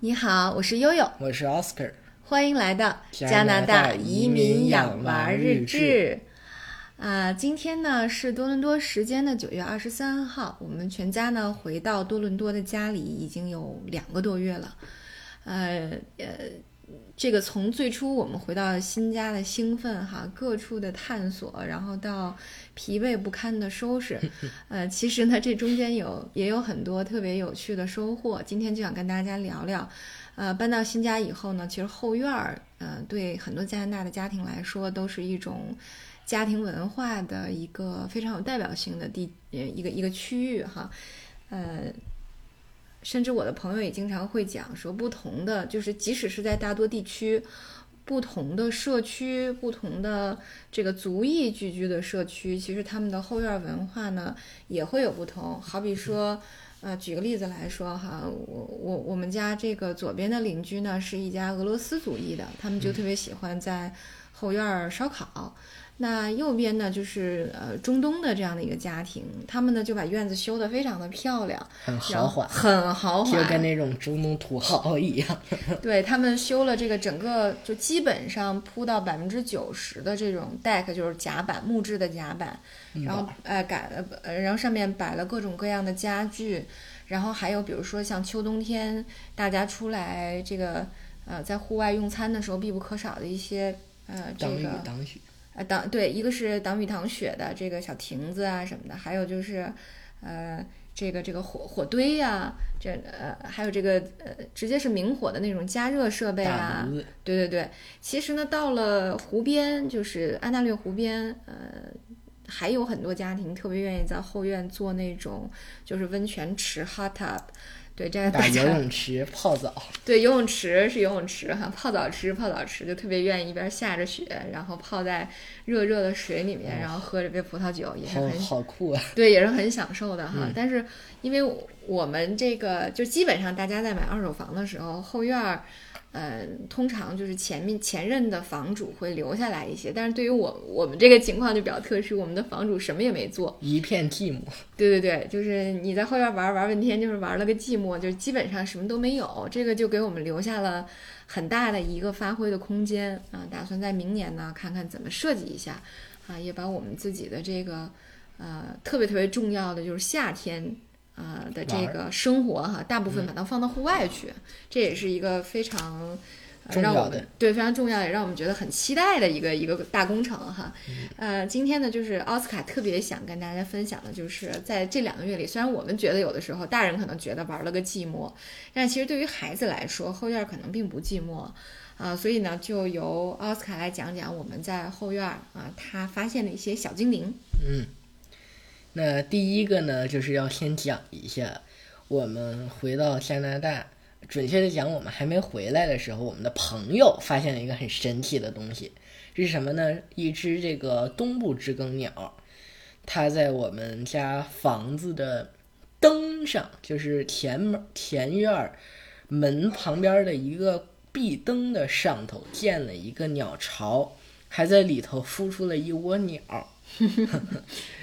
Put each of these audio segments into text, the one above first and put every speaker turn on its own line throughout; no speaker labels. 你好，我是悠悠，
我是 Oscar。
欢迎来到加
加
拿
拿
大
大
移
移
民
民
养
养
娃
娃
日
日
志
志。
啊，今天呢是多伦多时间的九月二十三号，我们全家呢回到多伦多的家里已经有两个多月了。呃呃，这个从最初我们回到新家的兴奋哈，各处的探索，然后到疲惫不堪的收拾，呃，其实呢这中间有也有很多特别有趣的收获。今天就想跟大家聊聊。呃，搬到新家以后呢，其实后院儿，呃，对很多加拿大的家庭来说，都是一种家庭文化的一个非常有代表性的地，呃一个一个区域哈，呃。甚至我的朋友也经常会讲说，不同的就是，即使是在大多地区，不同的社区、不同的这个族裔聚居的社区，其实他们的后院儿文化呢也会有不同。好比说，呃，举个例子来说哈，我我我们家这个左边的邻居呢是一家俄罗斯族裔的，他们就特别喜欢在后院儿烧烤。那右边呢就是呃中东的这样的一个家庭，他们呢就把院子修得非常的漂亮，
很豪
然后
华
很豪华，
就跟那种中东土豪一样，
对他们修了这个整个，就基本上铺到百分之九十的这种 deck，就是甲板，木质的甲板，
嗯
然后呃改了，呃然后上面摆了各种各样的家具，然后还有比如说像秋冬天大家出来这个呃在户外用餐的时候必不可少的一些呃这
挡雨
个
挡雨，
呃挡对，一个是挡雨挡雪的这个小亭子啊什么的，还有就是呃这个这个火火堆呀、这呃还有这个呃直接是明火的那种加热设备
大
啊
炉，子
对对对。其实呢，到了湖边，就是安大略湖边，呃。还有很多家庭特别愿意在后院做那种就是温泉池 hot tub，对， 啊这样大
打
家
游泳池泡澡，
对，游泳池是游泳池哈，泡澡池泡澡池就特别愿意一边下着雪，然后泡在热热的水里
哦
面，然后喝着杯葡萄酒，也是
好
很
好酷啊！
对，也是很享受的哈。但是因为我们这个就基本上大家在买二手房的时候，后院儿，呃，通常就是前面前任的房主会留下来一些，但是对于我我们这个情况就比较特殊，我们的房主什么也没做，
一片寂寞，
对对对，就是你在后院玩儿玩儿半天，就是玩了个寂寞，就是基本上什么都没有，这个就给我们留下了很大的一个发挥的空间啊。打算在明年呢，看看怎么设计一下啊，也把我们自己的这个呃特别特别重要的就是夏天啊、的这
玩儿嗯
个生活哈、大部分把它放到户外去，这也是一个非常。呃
重
让我
要的
们对非常重要，也让我们觉得很期待的一个一个大工程哈。
嗯
呃，今天呢，就是奥斯卡特别想跟大家分享的，就是在这两个月里，虽然我们觉得有的时候大人可能觉得玩了个寂寞，但其实对于孩子来说，后院儿可能并不寂寞。啊、所以呢，就由奥斯卡来讲讲我们在后院儿啊，他发现的一些小精灵。
嗯。那第一个呢，就是要先讲一下，我们回到加拿大，准确的讲，我们还没回来的时候，我们的朋友发现了一个很神奇的东西，是什么呢？一只这个东部知更鸟，它在我们家房子的灯上，就是前门前院儿门旁边的一个壁灯的上头建了一个鸟巢，还在里头孵出了一窝鸟。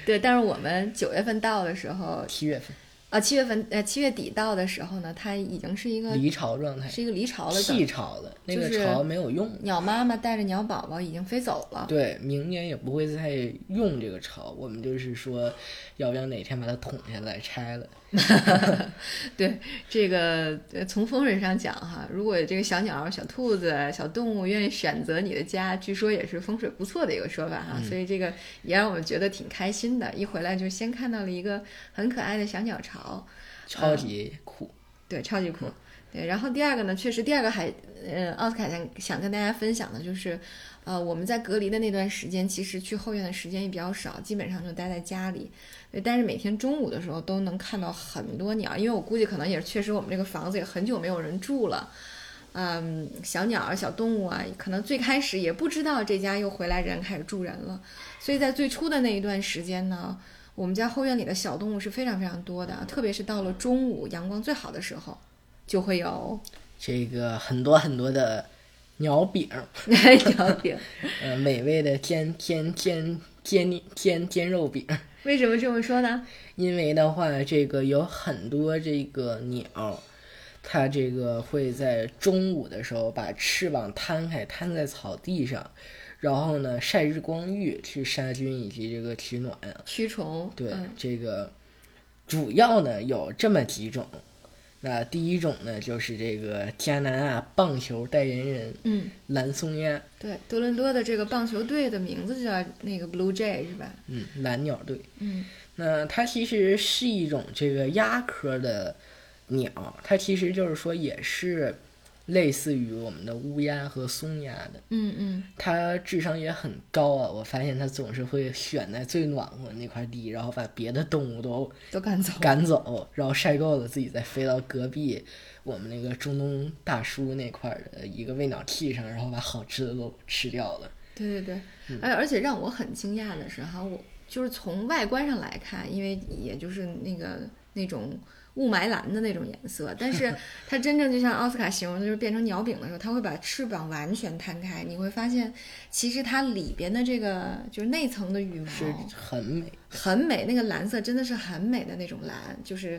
对，但是我们九月份到的时候，
七月份
啊，七月份呃七月底到的时候呢，它已经是一个
离巢状态，
呃是一个离巢的状态
弃巢了，那
就
个
是
巢没有用。
鸟妈妈带着鸟宝宝已经飞走了。
对，明年也不会再用这个巢，我们就是说，要不要哪天把它捅下来拆了？
对这个，呃从风水上讲哈，如果这个小鸟、小兔子、啊小动物愿意选择你的家，据说也是风水不错的一个说法哈。所以这个也让我们觉得挺开心的。一回来就先看到了一个很可爱的小鸟巢，嗯
超级酷。
对，超级酷。对，然后第二个呢，确实第二个还，呃，奥斯卡想想跟大家分享的就是，呃，我们在隔离的那段时间，其实去后院的时间也比较少，基本上就待在家里。对，但是每天中午的时候都能看到很多鸟，因为我估计可能也确实我们这个房子也很久没有人住了，嗯，小鸟啊、小动物啊，可能最开始也不知道这家又回来人开始住人了，所以在最初的那一段时间呢，我们家后院里的小动物是非常非常多的，特别是到了中午阳光最好的时候，就会有
这个很多很多的鸟饼，
鸟饼。
呃，美味的煎煎煎煎煎煎肉饼。
为什么这么说呢？
因为的话，这个有很多这个鸟，它这个会在中午的时候把翅膀摊开，摊在草地上，然后呢晒日光浴去杀菌以及这个取暖。
驱虫，
对，
嗯
这个主要呢有这么几种。那第一种呢，就是这个加拿大棒球代言人
嗯，
蓝松鸦，
对，多伦多的这个棒球队的名字就叫那个 Blue Jay 是吧？
嗯，蓝鸟队。
嗯
那它其实是一种这个鸦科的鸟，它其实就是说也是类似于我们的乌鸦和松鸦的。
嗯嗯，
它智商也很高啊，我发现它总是会选在最暖和那块地，然后把别的动物都
都赶走。
赶走，然后晒够了自己再飞到隔壁我们那个中东大叔那块儿的一个喂鸟器上，然后把好吃的都吃掉了。
对对对，
嗯
而而且让我很惊讶的是哈，我就是从外观上来看，因为也就是那个那种雾霾蓝的那种颜色，但 是它真正就像奥斯卡形容的，就是变成鸟饼的时候，它会把翅膀完全摊开，你会发现其实它里边的这个就是内层的羽毛
是很美，
很美，那个蓝色真的是很美的那种蓝，就是。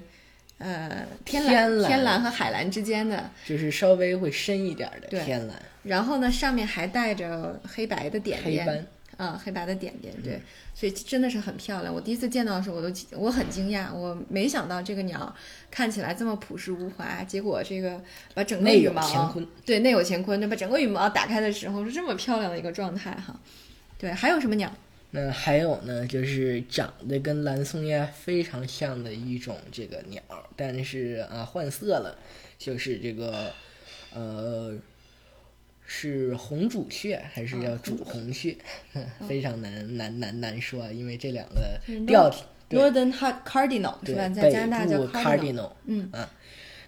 呃，天
天蓝
蓝、天蓝和海蓝之间的，
就是稍微会深一点儿的
对
天蓝
然后呢，上面还带着黑白的点
黑
点，
斑。
啊，黑白的点点，对，
嗯
所以真的是很漂亮。我第一次见到的时候，我都我很惊讶，我没想到这个鸟看起来这么朴实无华，结果这个把整个
内
羽
有乾
毛
坤，
对内有乾坤，那把整个羽毛打开的时候是这么漂亮的一个状态哈。对，还有什么鸟？
那还有呢，就是长得跟蓝松鸦非常像的一种这个鸟，但是啊换色了，就是这个，呃，是红主雀还
啊
是叫主 红雀？非常难难难难说，啊，因为这两个
嗯
调对
Northern Har- Cardinal 是
对
吧？在加拿大
北
叫
部
Cardinal。
Cardinal，
嗯
啊，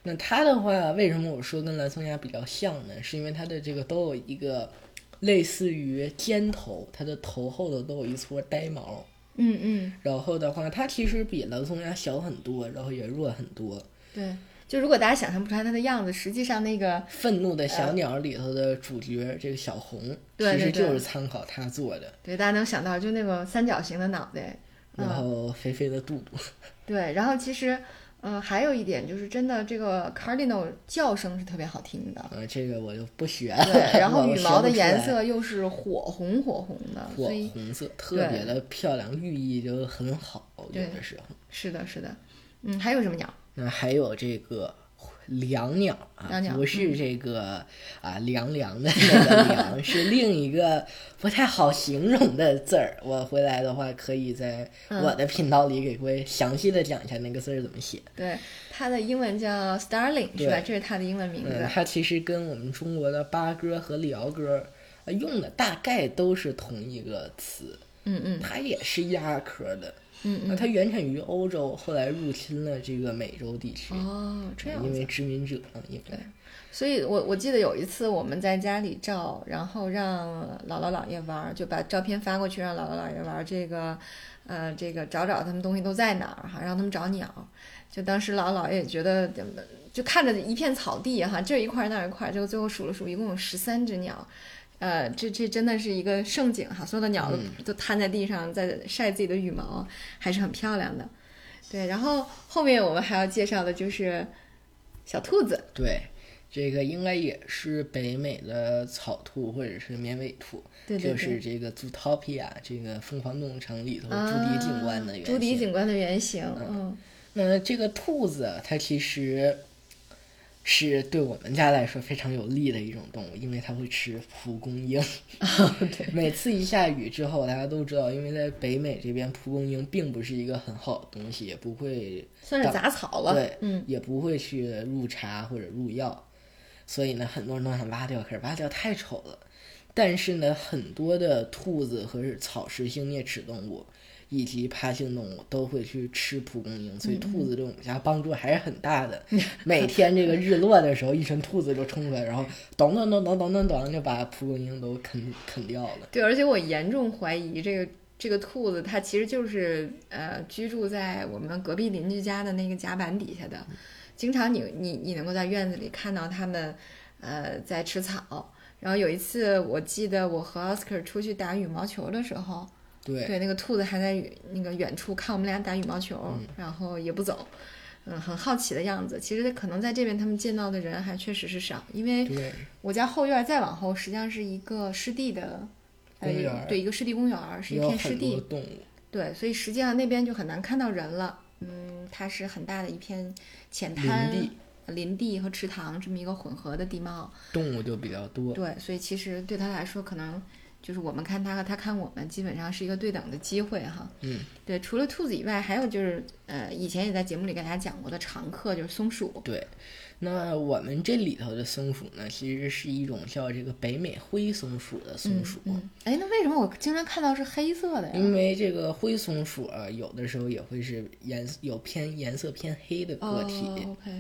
那它的话，为什么我说跟蓝松鸦比较像呢？是因为它的这个都有一个类似于尖头，它的头后头都有一撮呆毛。
嗯嗯，
然后的话，它其实比蓝松鸦小很多，然后也弱很多。
对，就如果大家想象不出来它的样子，实际上那个
愤怒的小鸟里头的主角，这个小红，
呃对
其实
对对
就是参考它做的。
对大家能想到就那个三角形的脑袋，嗯
然后肥肥的肚子，
对，然后其实，呃，还有一点就是，真的这个 cardinal 叫声是特别好听的，
呃，这个我就不学了。
对，然后
我
羽
学
毛
不
的
出
颜
来
色又是火红火红的，
火
所以
红色，特别的漂亮，寓意就很好。有
对
的时候，
是的，是的，嗯，还有什么鸟？
那还有这个凉鸟啊，
椋鸟嗯
不是这个、啊凉凉的那个 凉，是另一个不太好形容的字儿。我回来的话，可以在
嗯
我的频道里给各位详细的讲一下那个字儿怎么写。
对，它的英文叫 starling 是吧？
对
这是它的英文名
嗯
字，。
它其实跟我们中国的八哥和鹩哥。呃用的大概都是同一个词，
嗯嗯
它也是鸦科的，
嗯
那它原产于欧洲，后来入侵了这个美洲地区，
嗯，哦，这样
因
子。
为殖民者嘛，应该
对所以我我记得有一次我们在家里照，然后让姥姥姥爷玩儿，就把照片发过去让姥姥姥爷玩儿这个，呃，这个找找他们东西都在哪儿哈，让他们找鸟。就当时姥姥姥爷也觉得，就看着一片草地哈，这一块儿那一块儿，就最后数了数，一共有十三只鸟。呃，这这真的是一个盛景哈，所有的鸟都、
嗯
都摊在地上，在晒自己的羽毛，还是很漂亮的。对，然后后面我们还要介绍的就是小兔子。
对，这个应该也是北美的草兔或者是绵尾兔，
对对对
就是这个 Zootopia 这个疯狂动物城里头朱迪警官的原
啊
型。
朱迪警官的原型，嗯，
那这个兔子啊它其实是对我们家来说非常有利的一种动物，因为它会吃蒲公英。
啊
每次一下雨之后，大家都知道，因为在北美这边蒲公英并不是一个很好的东西，也不会
算是杂草了，
对，
嗯，
也不会去入茶或者入药，所以呢，很多人都想挖掉，可是挖掉太丑了。但是呢，很多的兔子和草食性啮齿动物以及爬行动物都会去吃蒲公英，
嗯
所以兔子对我们家帮助还是很 大的。每天这个日落的时候，一群兔子就冲出来，然后咚咚咚咚咚咚咚就把蒲公英都啃啃掉了。
对，而且我严重怀疑这个这个兔子它其实就是呃居住在我们隔壁邻居家的那个甲板底下的，
嗯
经常你你你能够在院子里看到它们呃在吃草。然后有一次，我记得我和奥斯卡出去打羽毛球的时候，
对，嗯
对，那个兔子还在那个远处看我们俩打羽毛球，然后也不走。嗯，很好奇的样子。其实可能在这边他们见到的人还确实是少，因为
对，
我家后院再往后实际上是一个湿地的，呃
公园儿，
对，一个湿地公园儿，是一
有
片湿
很多
地，
动物，
对，所以实际上那边就很难看到人了。嗯，它是很大的一片浅滩、呃
林地
林地和池塘这么一个混合的地貌。
动物就比较多。
对，所以其实对他来说，可能就是我们看他和他看我们，基本上是一个对等的机会哈。
嗯，
对，除了兔子以外，还有就是呃，以前也在节目里给大家讲过的常客就是松鼠。
对，那我们这里头的松鼠呢，其实是一种叫这个北美灰松鼠的松鼠，
嗯，哎，那为什么我经常看到是黑色的呀？
因为这个灰松鼠啊，有的时候也会是颜有偏颜色偏黑的个体。
哦，OK，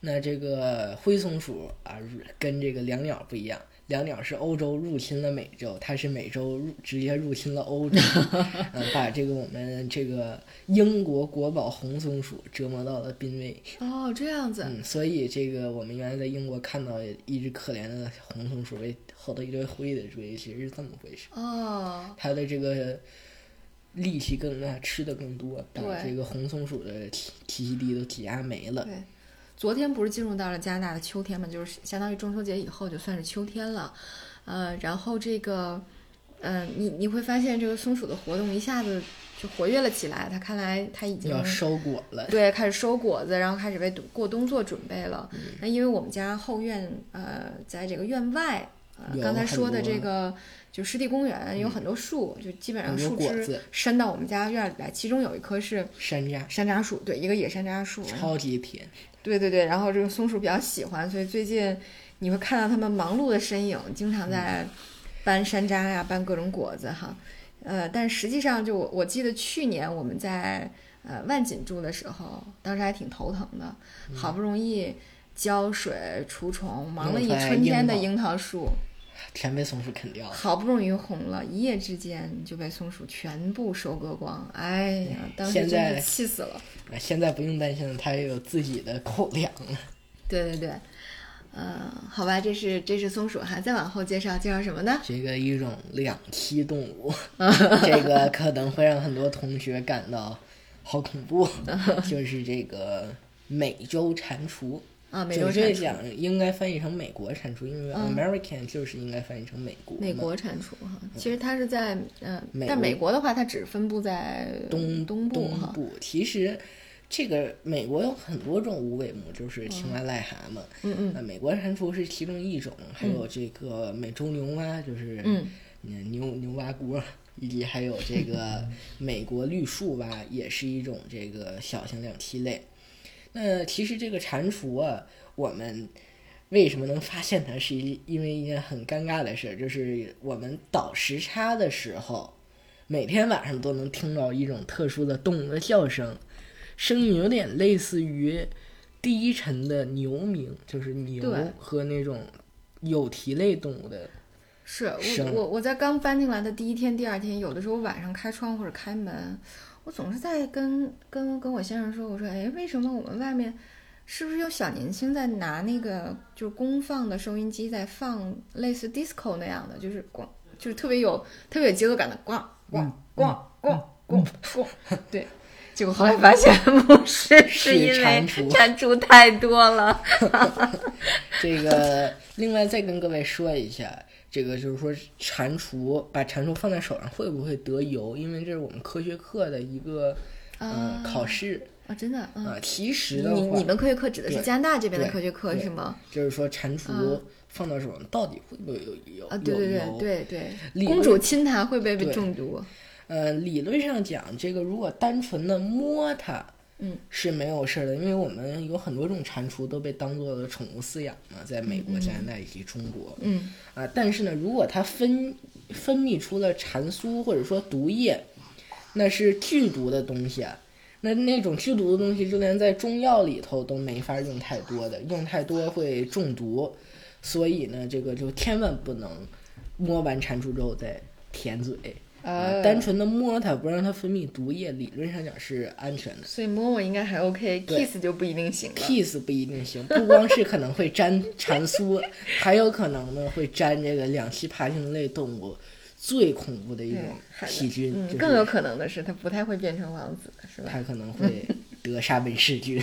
那这个灰松鼠啊，跟这个椋鸟不一样。椋鸟是欧洲入侵了美洲，它是美洲入直接入侵了 欧洲，嗯，把这个我们这个英国国宝红松鼠折磨到了濒危。
哦，这样子，
嗯，所以这个我们原来在英国看到一只可怜的红松鼠被后头一堆灰的追，其实是这么回事。
哦，
它的这个力气更大，吃的更多，把
对
这个红松鼠的栖栖息地都挤压没了。
对。昨天不是进入到了加拿大的秋天嘛，就是相当于中秋节以后就算是秋天了，呃，然后这个，嗯、你你会发现这个松鼠的活动一下子就活跃了起来，它看来它已经
要收果了，
对，开始收果子，然后开始为冬过冬做准备了。
嗯
那因为我们家后院，呃，在这个院外，呃，
有
刚才说的
很多嗯
这个就湿地公园有很多树，就基本上
很多
树
果
枝
子
伸到我们家院里来，其中有一棵是
山楂
山楂树，对，一个野山楂树。
超级甜，
对对对，然后这个松鼠比较喜欢，所以最近你会看到它们忙碌的身影，经
嗯
常在搬山楂呀、搬各种果子哈。呃，但实际上就我我记得去年我们在呃万锦住的时候，当时还挺头疼的，
嗯
好不容易浇水除虫，忙了一
弄出来
春天
樱
的
桃哦
樱桃树，
全被松鼠啃掉了。
好不容易红了，一夜之间就被松鼠全部收割光，哎呀，当时
现
真是
在
气死了。
啊现在不用担心了，它也有自己的口粮了。
对对对，呃，好吧，这是这是松鼠哈，再往后介绍介绍什么呢？
这个一种两栖动物，
啊
这个可能会让很多同学感到好恐 怖，就是这个美洲蟾蜍。
啊，美洲
准
蟾
确
蜍，啊
讲应该翻译成美国蟾蜍，因为 American 就是应该翻译成美国嘛。
美国蟾蜍哈，其实它是在嗯、
美
但
国
美国的话，它只分布在
东
东部
东
哈，
部其实。这个美国有很多种无尾目，就是青蛙、癞蛤蟆。
嗯嗯
呃，美国蟾蜍是其中一种，还有这个美洲牛蛙，就是
嗯
牛牛蛙锅，以及还有 这个美国绿树蛙，也是一种这个小型两栖类。那其实这个蟾蜍啊，我们为什么能发现它，是一因为一件很尴尬的事儿，就是我们倒时差的时候，每天晚上都能听到一种特殊的动物的叫声，声音有点类似于低沉的牛鸣，就是牛
对
和那种有蹄类动物的。
是我
生
我我在刚搬进来的第一天、第二天，有的时候晚上开窗或者开门，我总是在跟跟跟我先生说，我说，哎，为什么我们外面是不是有小年轻在拿那个就是公放的收音机在放类似 disco 那样的，就是咣，就是特别有特别有节奏感的咣咣
嗯
咣咣咣咣，对。结果后来发现不是，是
是
因为
蟾蜍
蟾蜍太多 了。
这 个，另外再跟各位说一下，这个就是说蟾蜍，把蟾蜍放在手上会不会得油？因为这是我们科学课的一个呃考试
啊，真的，嗯，
啊、其实的
你
话，
你们科学课指的是
对
加拿大这边的
对
科学课
对
是吗？
就是说蟾蜍放到手上到底会不会有油？
啊，对对
有
对
油
对对，
理
公
论
主亲它会不会被
对
中毒？
呃，理论上讲，这个如果单纯的摸它，
嗯，
是没有事儿的，因为我们有很多种蟾蜍都被当做了宠物饲养嘛，在美国、加拿大以及中国，
嗯，
啊，但是呢，如果它分分泌出了蟾酥或者说毒液，那是剧毒的东西啊。那那种剧毒的东西，就连在中药里头都没法用太多的，用太多会中毒。所以呢，这个就千万不能摸完蟾蜍之后再舔嘴。
呃
啊，单纯的摸它，不让它分泌毒液，理论上讲是安全的。
所以摸摸应该还 OK，kiss 就不一定行了。
kiss 不一定行，不光是可能会沾蟾酥，还有可能呢会沾这个两栖爬行类动物最恐怖的一种
对还有
细菌，
嗯，
就
更有
是
可能的是它不太会变成王子，是吧？
它可能会德沙门氏 菌。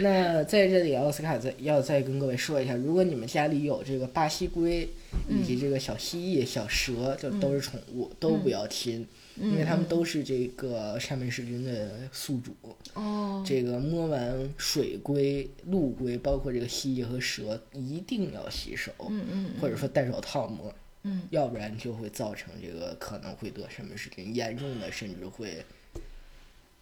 那在这里，奥斯卡再要再跟各位说一下，如果你们家里有这个巴西龟以
嗯
及这个小蜥蜴、小蛇，就都是宠物，都不要亲，
嗯
因为它们都是这个沙门氏菌的宿主。
哦，
这个摸完水龟、陆龟，包括这个蜥蜴和蛇，一定要洗手，
嗯嗯
或者说戴手套摸，
嗯，
要不然就会造成这个可能会得什么事情，严重的甚至会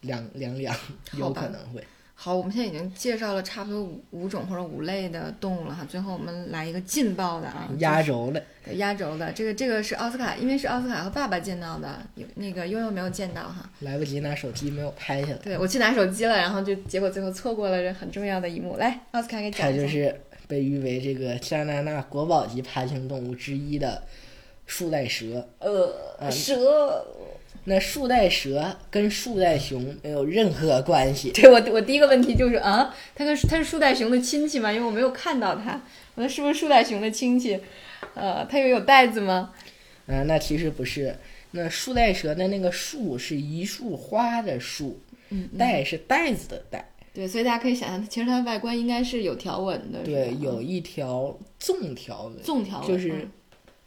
两两两，有
好吧
可能会。
好，我们现在已经介绍了差不多五五种或者五类的动物了哈，最后我们来一个劲爆的啊，
压轴的，
对压轴的，这个这个是奥斯卡，因为是奥斯卡和爸爸见到的，有那个悠悠没有见到哈。
来不及拿手机，没有拍下来。
对我去拿手机了，然后就结果最后错过了这很重要的一幕。来，奥斯卡给讲
它
一下。
就是被誉为这个加拿大国宝级爬行动物之一的树袋蛇。
呃，蛇，
那树袋蛇跟树袋熊没有任何关 系，
对我我第一个问题就是啊，它跟它是树袋熊的亲戚吗？因为我没有看到它，我说是不是树袋熊的亲戚？呃，它又有袋子吗？
啊，那其实不是。那树袋蛇的那个树是一束花的树，
嗯
袋是袋子的袋，
对，所以大家可以想象，其实它的外观应该是有条纹的，
对
是，吧
有一条纵条纹，
嗯纵条纹，
就是
嗯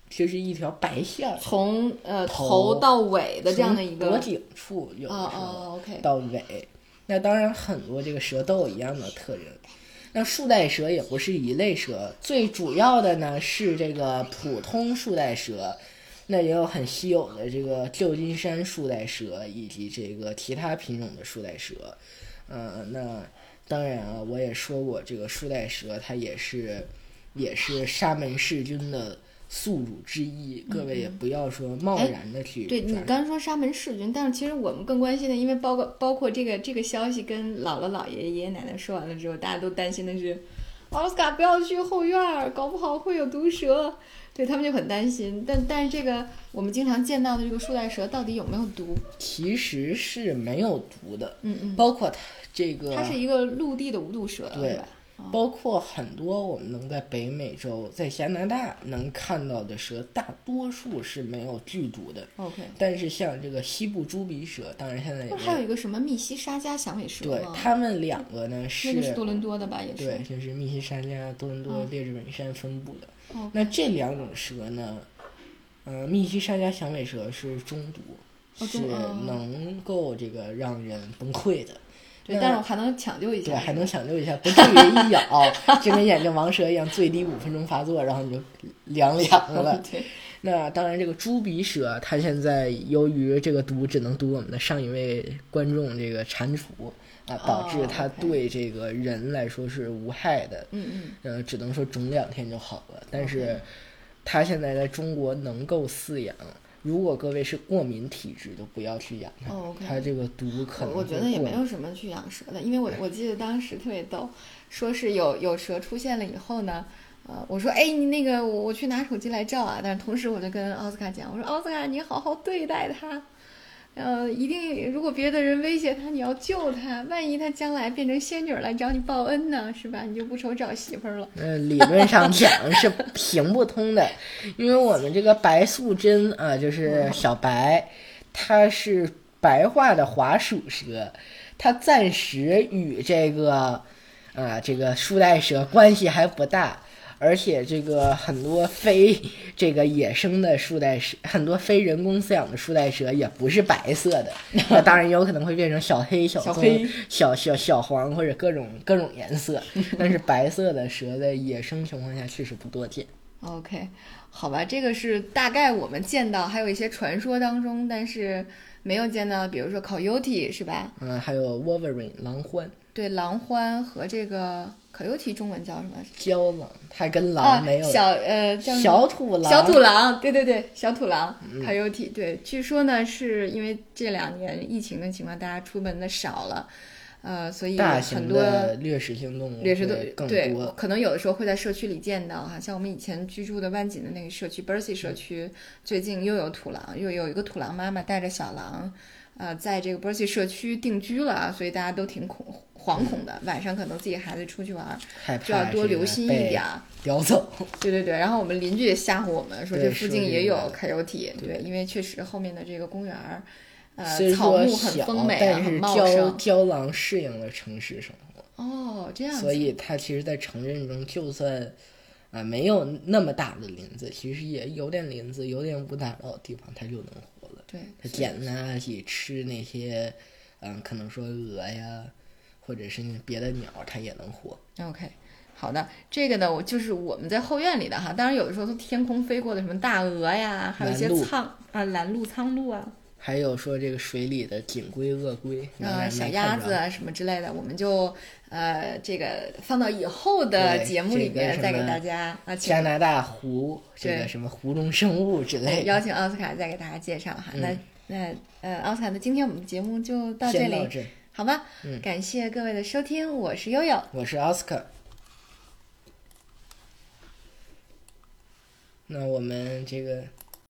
就是一条白线儿，
从呃
头
头到尾的这样的一
从脖
个，
颈处有的
哦
时候
哦，OK，
到尾。那当然，很多这个蛇都有一样的特征。那树袋蛇也不是一类蛇，最主要的呢是这个普通树袋蛇，那也有很稀有的这个旧金山树袋蛇以及这个其他品种的树袋蛇。呃，那当然啊，我也说过，这个树袋蛇它也是也是沙门氏菌的宿主之一。各位也不要说贸
嗯哎
然的去
对你
抓
刚说沙门氏菌，但是其实我们更关心的，因为包括包括这个这个消息跟姥姥姥爷爷爷奶奶说完了之后，大家都担心的是，奥斯卡不要去后院儿，搞不好会有毒蛇，对他们就很担心。但但是这个我们经常见到的这个树袋蛇到底有没有毒？
其实是没有毒的，
嗯嗯，
包括它这个，
它是一个陆地的无毒蛇，
啊对
是吧？
包括很多我们能在北美洲、在加拿大能看到的蛇，大多数是没有剧毒的。
？OK。
但是像这个西部猪鼻蛇，当然现在也
不是还有一个什么密西沙加响尾蛇
对
吗？
它们两个呢
那
是
个是多伦多的吧？也是嗯
对，。就是密西沙加、多伦多、列治文山分布的。
哦
那这两种蛇呢，呃，密西沙加响尾蛇是中毒，
哦
是
中哦
能够这个让人崩溃的。
对，但是我还能抢救一下。
对，还能抢救一下，不至于一咬就跟眼镜王蛇一样，最低五分钟发作，然后你就凉凉 了。
对，
那当然，这个猪鼻蛇它现在由于这个毒只能毒我们的上一位观众这个蟾蜍啊，导致
哦
它
，OK
对这个人来说是无害的。
嗯嗯。
呃，只能说肿两天就好了。但是，它现在在中国能够饲养。如果各位是过敏体质，就不要去养它，
哦，OK
它这个毒可
我
能
我觉得也
会过
没有什么去养蛇的，因为我我记得当时特别逗，说是有有蛇出现了以后呢，呃，我说哎你那个我我去拿手机来照啊，但是同时我就跟奥斯卡讲，我说奥斯卡你好好对待它，呃，一定如果别的人威胁它，你要救它，万一它将来变成仙女儿来找你报恩呢，是吧？你就不愁找媳妇儿了。
呃，理论上讲是行不通的，因为我们这个白素贞啊，就是
嗯
小白，她是白化的华鼠蛇，它暂时与这个啊这个树袋蛇关系还不大，而且这个很多非这个野生的树袋蛇，很多非人工饲养的树袋蛇也不是白色 的，那当然有可能会变成小黑、小
小
棕、
黑
小小小黄或者各种各种颜 色，但是白色的蛇在野生情况下确实不多见。
OK，好吧，这个是大概我们见到，还有一些传说当中，但是没有见到，比如说 coyote 是吧？
嗯，还有 Wolverine 狼獾、
对，狼獾和这个可尤提中文叫什么？
郊狼，它跟
啊
狼没，有、
小呃叫什么
小土狼，嗯
小土狼，对对对，小土狼，可尤提。对，据说呢，是因为这两年疫情的情况，大家出门的少了，呃，所以
大型
很多
的掠食性动物
掠食
会
动
更
对
多，。
可能有的时候会在社区里见到哈，像我们以前居住的万锦的那个社区 Bercy
嗯
社区，最近又有土狼，又有一个土狼妈妈带着小狼，呃，在这个 Bercy 社区定居了啊，所以大家都挺恐惶恐的，晚上可能自己孩子出去玩儿
害嗯怕
就要多
这个
留心一
被
点儿。
叼走。
对对对，然后我们邻居也吓唬我们说
对
这附
说
近
这
也
个
有 coyote，
对
对，因为确实后面的这个公园儿，
虽
呃，草
说
木很
小，
丰美啊，
但
很
是
茂
胶
盛。
胶囊适应了城市生活，
哦，这样子。
所以它其实，在城镇中，就算啊、没有那么大的林子，其实也有点林子，有点无打扰的地方，它就能活了。
对，
它捡垃圾，吃那些，嗯，可能说鹅呀，或者是别的鸟，它也能活。
OK，好的，这个呢，我就是我们在后院里的哈，当然有的时候从天空飞过的什么大鹅呀，还有一些
拦路
苍啊拦路苍鹭啊，
还有说这个水里的锦龟、鳄龟，原来
呃
没
小
看
鸭
着
子啊什么之类的，我们就呃这个放到以后的
对
节目
这
里
个
面
什
再给
么
大家啊，请
加拿大湖这
对哎
个什么湖中生物之类
对
嗯的。
邀请奥斯卡再给大家介绍哈。那那呃奥斯卡，那今天我们的节目就到这
先
里，
到这，嗯
好吧？感谢各位的收听，我是悠悠。
我是奥斯卡。那我们这个